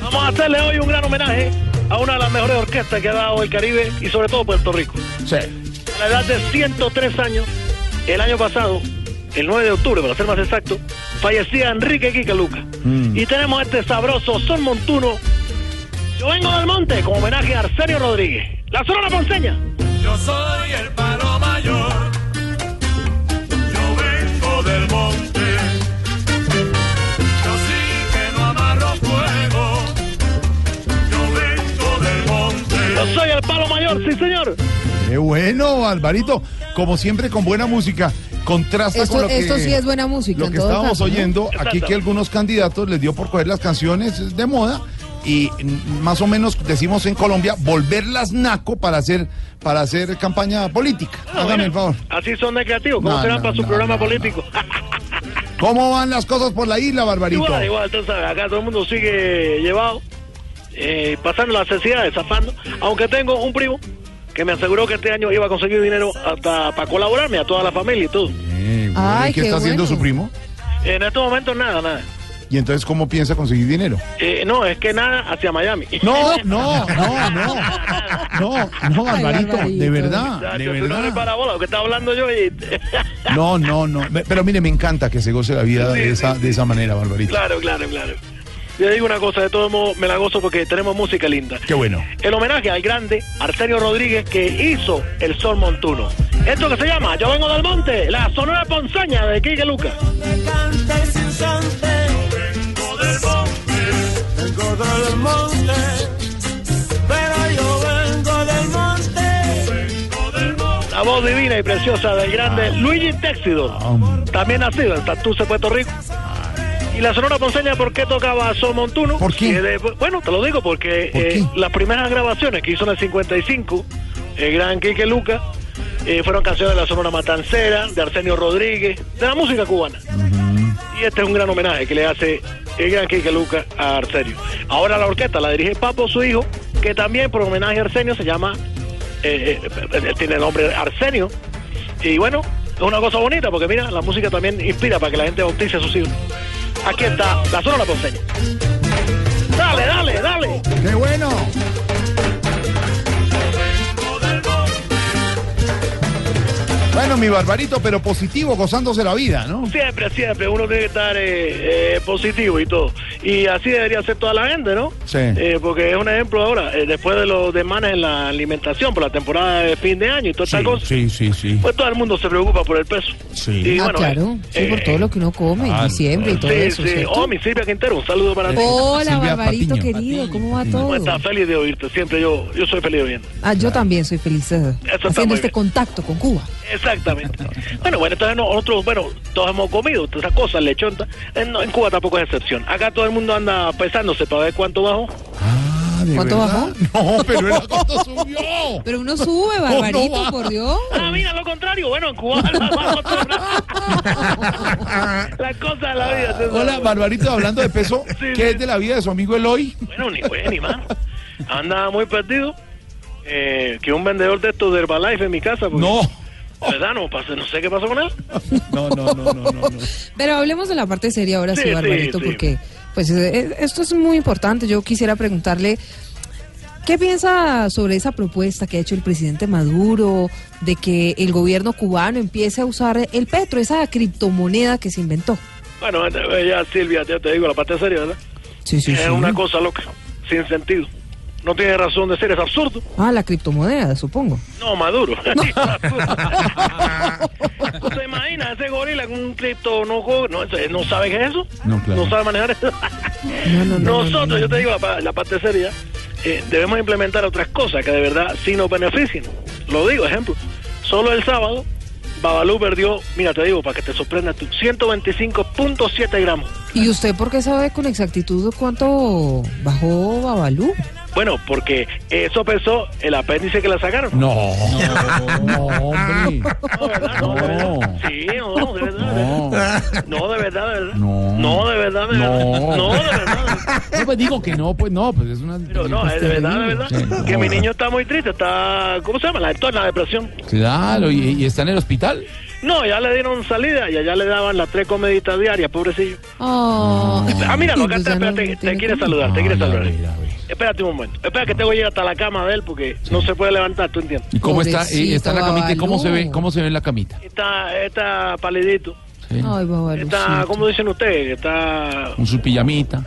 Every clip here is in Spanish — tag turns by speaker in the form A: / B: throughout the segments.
A: Vamos a hacerle hoy un gran homenaje a una de las mejores orquestas que ha dado el Caribe y sobre todo Puerto Rico. A la edad de 103 años, el año pasado, el 9 de octubre para ser más exacto, fallecía Enrique Quique Luca.
B: Mm.
A: Y tenemos este sabroso son montuno. Yo vengo del monte con homenaje a Arsenio Rodríguez. La zona ponceña.
C: Yo soy el palo mayor. Yo vengo del monte. Yo sí que no amarro fuego. Yo vengo del monte.
A: Yo soy el palo mayor, sí señor.
B: Qué bueno, Alvarito. Como siempre, con buena música. Contrasta
D: Esto,
B: Pues con lo que,
D: esto sí es buena música.
B: lo
D: en
B: que
D: todo
B: estábamos
D: caso, ¿no?
B: oyendo. Aquí
A: Exacto.
B: que algunos candidatos les dio por coger las canciones de moda y mm, más o menos decimos en Colombia volverlas naco para hacer para hacer campaña política.
A: Ah,
B: Hágame el favor.
A: Así son de creativos. ¿Cómo
B: No,
A: serán
B: no,
A: para su
B: no,
A: programa
B: no,
A: político?
B: ¿Cómo van las cosas por la isla, Barbarito?
A: Igual, igual, entonces acá todo el mundo sigue llevado, eh, pasando las necesidades, zafando. Aunque tengo un primo que me aseguró que este año iba a conseguir dinero hasta para colaborarme a toda la familia y todo.
B: Eh, bueno,
D: Ay,
B: ¿y ¿Qué
D: qué
B: está haciendo
D: bueno.
B: su primo?
A: En estos momentos nada, nada.
B: Y entonces, ¿cómo piensa conseguir dinero?
A: Eh, no, es que nada hacia Miami.
B: No, no, no, no. No, no,
D: Ay,
B: Alvarito, de
D: Alvarito.
B: verdad, de
A: Yo soy una
B: verdad.
A: parabola, lo que está hablando yo y...
B: No, no, no. Me- Pero mire, me encanta que se goce la vida
A: Sí,
B: de esa,
A: sí,
B: de esa manera, Barbarito.
A: claro, claro, claro. Yo digo una cosa, de todos modos me la gozo porque tenemos música linda.
B: Qué bueno.
A: El homenaje al grande Arsenio Rodríguez que hizo el sol montuno. Esto que se llama Yo vengo del monte, la sonora ponzaña de Quique Lucas.
E: Me canta el sinsonte. Vengo del monte. Vengo del monte. Pero yo vengo del monte.
A: La voz divina y preciosa del grande Luigi Téxido,
B: Hombre.
A: también nacido en Santurce, Puerto Rico. Y la Sonora Ponceña, ¿por qué tocaba Sol Montuno?
B: ¿Por qué?
A: Eh, de- bueno, te lo digo porque
B: ¿Por
A: eh,
B: qué?
A: las primeras grabaciones que hizo en el 55, el gran Quique Luca, eh, fueron canciones de la Sonora Matancera, de Arsenio Rodríguez, de la música cubana. Y este es un gran homenaje que le hace el gran Quique Luca a Arsenio. Ahora la orquesta la dirige Papo, su hijo, que también por homenaje a Arsenio se llama, eh, eh, eh, tiene el nombre Arsenio. Y bueno, es una cosa bonita porque mira, la música también inspira para que la gente bautice a sus hijos. Aquí está la Sonora Ponceña. Dale, dale, dale.
B: ¡Qué bueno! Bueno, mi Barbarito, pero positivo, gozándose la vida, ¿no?
A: Siempre, siempre, uno tiene que estar eh, eh, positivo y todo. Y así debería ser toda la gente, ¿no?
B: Sí.
A: Eh, porque es un ejemplo ahora, eh, después de los desmanes en la alimentación, por la temporada de fin de año y toda esta cosa,
B: sí, sí, sí.
A: pues todo el mundo se preocupa por el peso.
B: Sí.
A: Y
D: Ah,
A: bueno,
D: claro.
A: eh,
D: Sí, por todo lo que uno come,
B: ah,
D: diciembre y todo
A: sí,
D: eso.
A: sí.
D: ¿cierto? Oh.
A: Oh, mi Silvia Quintero, un saludo para ti.
D: Hola,
B: Silvia
D: Barbarito
B: Patiño.
D: querido, ¿cómo va
A: ¿Cómo
D: todo?
A: estás? Feliz de oírte, siempre yo, yo soy feliz de oírte.
D: Ah, yo también soy feliz eh,
A: está
D: haciendo
A: muy
D: este
A: bien.
D: contacto con Cuba.
A: Exactamente. bueno, bueno, entonces nosotros, bueno, todos hemos comido todas esas cosas, lechón. ta- En, en Cuba tampoco es excepción. Acá todo el mundo anda pesándose para ver cuánto bajó.
B: Ah, ¿de
D: ¿Cuánto
B: verdad? No, pero era cuánto subió.
D: Pero uno sube, Barbarito, por Dios.
A: Ah, mira, lo contrario. Bueno, en Cuba vamos a hablar. La cosa de la vida. César.
B: Hola, Barbarito, hablando de peso,
A: Sí,
B: ¿qué
A: sí.
B: es de la vida de su amigo Eloy?
A: Bueno, ni güey, ni más. Andaba muy perdido. eh, que un vendedor de estos de Herbalife en mi casa. porque,
B: No.
A: de ¿Verdad? No, pasé- no sé qué pasó con él.
B: No, no, no, no, no. no.
D: Pero hablemos de la parte seria ahora sí,
A: Sí, sí,
D: Barbarito,
A: sí.
D: porque pues eh, esto es muy importante. Yo quisiera preguntarle qué piensa sobre esa propuesta que ha hecho el presidente Maduro de que el gobierno cubano empiece a usar el petro, esa criptomoneda que se inventó.
A: Bueno, eh, ya Silvia, ya te digo la parte seria, ¿verdad?
D: Sí, sí,
A: es una cosa loca, sin sentido. No tiene razón de ser, es absurdo.
D: Ah, la criptomoneda, supongo.
A: No, Maduro. ¿Tú te imaginas ese gorila con un cripto no, jo- no, ese- no sabe qué es eso?
B: No, claro.
A: No sabe manejar eso.
D: No, no, no, no,
A: Nosotros, yo te digo la, pa- la parte seria, eh, debemos implementar otras cosas que de verdad sí nos beneficien. Lo digo, ejemplo, solo el sábado Babalú perdió, mira, te digo, para que te sorprenda tú, 125.7 gramos.
D: ¿Y usted por qué sabe con exactitud cuánto bajó Babalú?
A: Bueno, porque eso pesó el apéndice que la sacaron.
B: No. No, hombre.
A: No, de verdad, no, de
B: No.
A: verdad. Sí, no, de verdad, de
B: No.
A: verdad. No, de verdad, de verdad.
B: No.
A: No, de verdad, de
B: No.
A: verdad. No, de verdad. de verdad.
B: No, pues digo que no, pues no, pues es una.
A: Pero no, es de verdad, de verdad.
B: Sí, no.
A: Que mi niño está muy triste, está, ¿cómo se llama? La, esto es la depresión.
B: Claro, y, y está en el hospital.
A: No, ya le dieron salida y allá le daban las tres comeditas diarias, pobrecillo.
D: Oh.
A: Ah, mira,
D: Y
A: acá
D: pues
A: está,
D: ya no-
A: espérate,
D: no
A: te
D: tiene
A: quiere
D: cómo.
A: saludar, te quiere
B: Ah, ya
A: saludar.
B: ve, ya ve.
A: Espérate un momento. Espera que te voy a ir hasta la cama de él porque no se puede levantar, ¿tú entiendes?
B: ¿Y cómo está? eh,
D: Pobrecito,
B: está en la camita. ¿Y ¿Cómo se ve?
D: Babalú.
B: ¿Cómo se ve en la camita?
A: Está, está palidito.
B: Sí.
D: Ay, Babalú.
A: Está, ¿cómo dicen ustedes? Está,
B: Con su pijamita.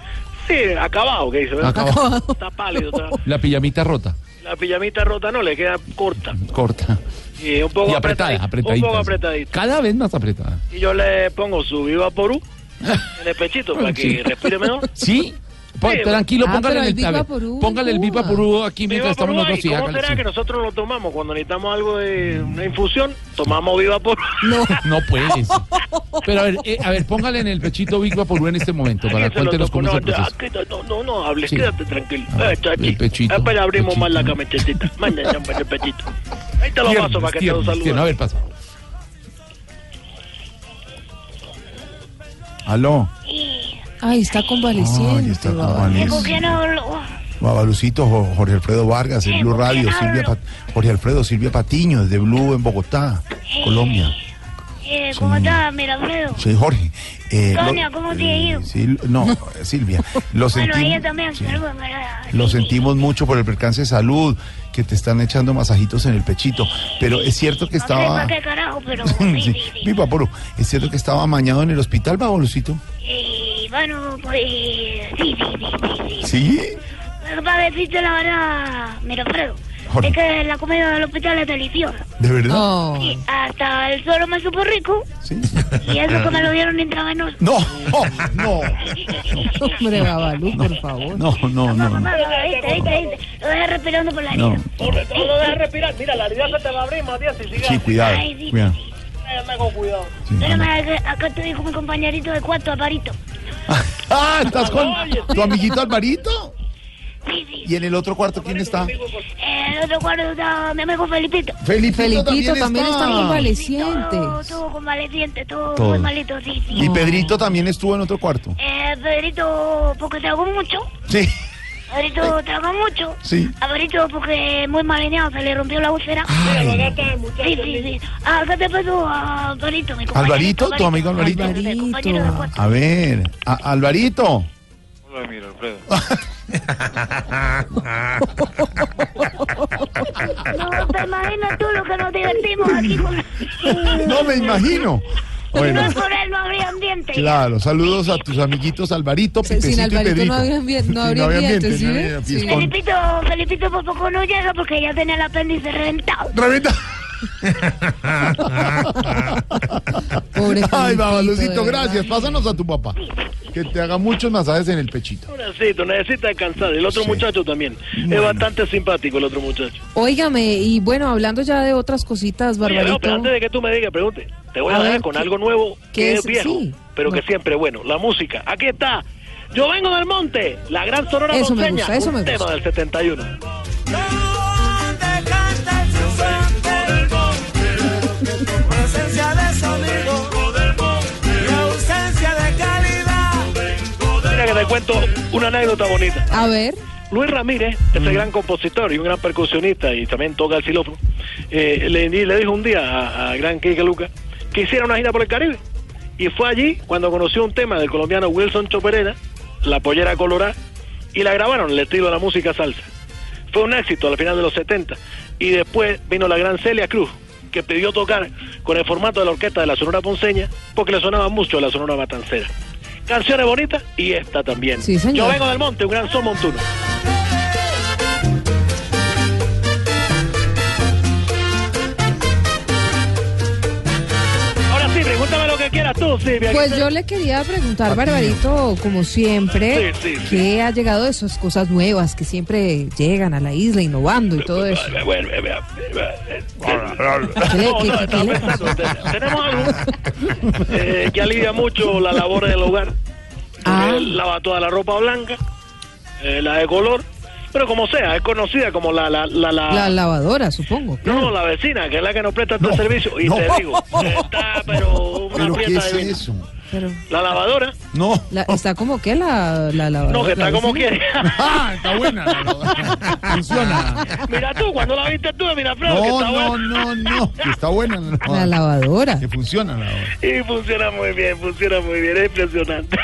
A: sí, acabado, que dice, ¿verdad?
B: Acabado.
A: Está pálido. está-
B: La pijamita rota.
A: la pijamita rota no, le queda corta.
B: Corta.
A: Y un poco
B: Y apretada,
A: apretadita,
B: apretadita.
A: Un poco apretadita.
B: Cada vez más apretada.
A: Y yo le pongo su viva porú en el pechito para
B: Sí.
A: que respire mejor.
B: ¿Sí. Po-
A: Sí.
B: tranquilo,
D: Ah,
B: póngale
D: pero el
B: el, a ver,
D: Vivaporú
B: póngale el
D: en Cuba.
B: Vivaporú aquí mientras
A: Viva
B: estamos
A: Porú,
B: nosotros.
A: ay,
B: Sí,
A: ¿Cómo
B: hágale,
A: será
B: sí.
A: que nosotros lo tomamos cuando necesitamos algo de una infusión? Tomamos viva por
B: No, no puedes. Pero a ver, eh, a ver, póngale en el pechito Vivaporú en este momento para cuéntenos cómo es
A: no,
B: el proceso.
A: ya, quita- no, no, no hables,
B: Sí.
A: quédate tranquilo.
B: Ah,
A: Eh, chachi,
B: el pechito,
A: Después le abrimos
B: pechito.
A: más la camisetita. Manda ya, pues, el pechito. Ahí te lo
B: Tiernos,
A: paso para que te lo
B: tiernos, tiernos. A
A: saludes.
B: ver, pasa. Aló,
D: Ay, está convaleciente.
F: Ay, está
D: Babalú.
F: convaleciente.
G: ¿Con quién hablo?
F: Babalucito, Jo- Jorge Alfredo Vargas, en
G: Eh,
F: Blue
G: ¿con
F: Radio,
G: quién
F: Silvia
G: hablo?
F: Pa- Jorge Alfredo, Silvia Patiño, desde Blue en Bogotá, Colombia.
G: Eh, ¿Cómo estás, Mirafredo?
F: Soy Jorge. Eh,
G: Sonia, ¿cómo te ha ido?
F: Sil- no, eh, Silvia. Lo
G: Bueno,
F: sentimos,
G: ella también.
F: sí.
G: saludos, Mara.
F: Lo sentimos mucho por el percance de salud, que te están echando masajitos en el pechito. Pero es cierto que
G: No sé para
F: estaba.
G: qué carajo, pero... sí,
F: Sí,
G: sí, sí.
F: mi papuro, es cierto que estaba amañado en el hospital, Babalucito.
G: Eh, bueno, pues... Sí, sí, sí, sí, sí.
F: Sí.
G: Pero Para decirte la verdad, Mirafredo,
F: Jorge.
G: es que la comida del hospital es deliciosa.
F: ¿De verdad?
G: Y
D: Ay.
G: hasta el suelo me supo rico.
F: Sí.
G: Y eso que me lo dieron intravenoso.
F: No, no,
D: Hombre, Babalú, por favor.
F: no, no, no, no.
G: Papá, papá, viste, viste, viste. Lo dejé respirando por la
F: no.
G: nariz.
A: Sobre todo lo dejes respirar. Mira, la herida se te va a abrir, Matías, si sigues
F: Sí, cuidado,
G: Ay, sí,
F: cuidado.
G: sí,
A: Anda con cuidado.
F: Sí.
G: Pero mira, acá, acá estoy con mi compañerito de cuarto, Aparito.
F: Ah, ¿estás con tu amiguito Alvarito?
G: Sí, sí.
F: ¿Y en el otro cuarto quién está?
G: En el otro cuarto está mi amigo Felipito.
F: Felipito,
D: Felipito también está convaleciente.
G: Todo, todo convaleciente, todo,
F: Todo.
G: muy malito, sí, sí.
F: Y Pedrito también estuvo en otro cuarto.
G: Eh, Pedrito, porque tragó mucho.
F: Sí,
G: Pedrito tragó mucho.
F: sí.
G: A Pedrito, porque muy mal alineado, se le rompió la úlcera.
F: Ah.
G: Sí, sí, sí. Ah, ¿qué te pasó a Pedrito, mi compañero?
F: ¿Alvarito? ¿Tu amigo Alvarito? Ah.
G: Alvarito. compañero de cuarto.
F: A ver, a- Alvarito.
C: Hola, mira, Alfredo.
G: No, te imaginas tú lo que nos divertimos aquí con...
F: No me imagino.
G: Si no
F: Bueno,
G: es por él, no habría ambiente.
F: claro, saludos a tus amiguitos Alvarito,
D: Sin
F: Pipecito
D: Alvarito
F: y Pedrito.
D: no habría ambiente, no
F: Sí,
D: habría ambiente,
F: ambiente,
D: ¿sí
F: no
D: ve?
F: habría
D: Sí.
F: fiestón.
G: Felipito, Felipito por poco no llega porque ya tenía el apéndice reventado.
F: Reventa.
D: Pobre
F: Ay,
D: Felipito,
F: Babalucito,
D: de verdad.
F: gracias. Pásanos a tu papá. Que te haga muchos masajes en el pechito.
A: Pobrecito, necesita descansar. El otro
F: Sí.
A: muchacho también. Es
F: Bueno.
A: bastante simpático el otro muchacho.
D: Óigame, y bueno, hablando ya de otras
A: Oye,
D: cositas,
A: no, pero
D: Barbarito.
A: antes de que tú me digas, pregunte. Te voy a,
D: A
A: dejar
D: ver,
A: con
D: ¿qué-
A: algo nuevo
D: qué
A: que es,
D: es?
A: viejo,
D: Sí.
A: pero que
D: No.
A: siempre bueno. La música. Aquí está. Yo vengo del monte, la gran sonora
D: Eso me
A: Monteña,
D: gusta, eso
A: un
D: me gusta.
A: tema del 71.
E: Donde canta el cantante, presencia de sonido y ausencia de calidad.
A: Mira que te cuento una anécdota bonita.
D: A ver,
A: Luis Ramírez, ese gran compositor y un gran percusionista y también toca el xilófono, eh, le, le dijo un día a, a gran Kike Lucas que hiciera una gira por el Caribe. Y fue allí cuando conoció un tema del colombiano Wilson Choperena, La Pollera Colorada, y la grabaron el estilo de la música salsa. Fue un éxito al final de los 70. Y después vino la gran Celia Cruz, que pidió tocar con el formato de la orquesta de la Sonora Ponceña, porque le sonaba mucho a la Sonora Matancera. Canciones bonitas y esta también.
D: Sí, señor.
A: Yo vengo del monte, un gran son montuno. Ahora sí, pregúntame lo que quieras, datos, Silvia.
D: Pues yo le quería preguntar, Barbarito, como siempre,
A: Sí, sí, sí.
D: ¿qué ha llegado de esas cosas nuevas que siempre llegan a la isla innovando y todo eso?
A: Bueno, eh, eh, eh, eh,
D: ¿Qué le-
A: no, no,
D: qué- qué- qué
A: está
D: le
A: pensando. Ten- Tenemos algo eh, que alivia mucho la labor del hogar.
D: Ah.
A: Él lava toda la ropa blanca, eh, la de color, pero como sea, es conocida como la... la, la, la-
D: La lavadora, supongo.
A: no, la vecina, que es la que nos presta este
B: No,
A: servicio. Y
B: no.
A: te digo, está, pero una
B: ¿Pero qué
A: fiesta
B: es
A: divina.
B: eso?
D: Pero
A: La lavadora,
B: No.
D: la- está como que la, la lavadora.
A: no, que está
D: la
A: como
D: vecina.
A: quiere.
B: Ah, está buena. la lavadora. Funciona.
A: Mira tú, cuando la viste tú de Miraflores, que
B: No,
A: está
B: no,
A: bueno.
B: no, no. Que está buena. la
D: La
B: lavadora.
D: lavadora.
B: Que funciona la lavadora.
A: Y funciona muy bien, funciona muy bien, es impresionante.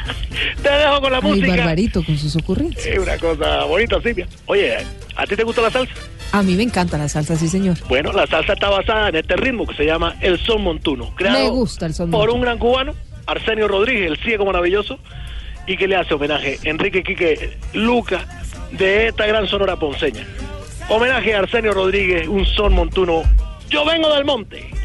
A: te dejo con la
D: Ay,
A: música. Eh.
D: Barbarito, con sus ocurrencias.
A: Es una cosa bonita, Silvia. Oye, ¿a ti te gusta la salsa?
D: A mí me encanta la salsa, sí, señor.
A: Bueno, la salsa está basada en este ritmo que se llama el son montuno. Creado
D: Me gusta el son
A: Por
D: montuno.
A: un gran cubano, Arsenio Rodríguez, el ciego maravilloso, y que le hace homenaje Enrique Quique Luca de esta gran sonora ponceña. Homenaje a Arsenio Rodríguez, un son montuno. Yo vengo del monte.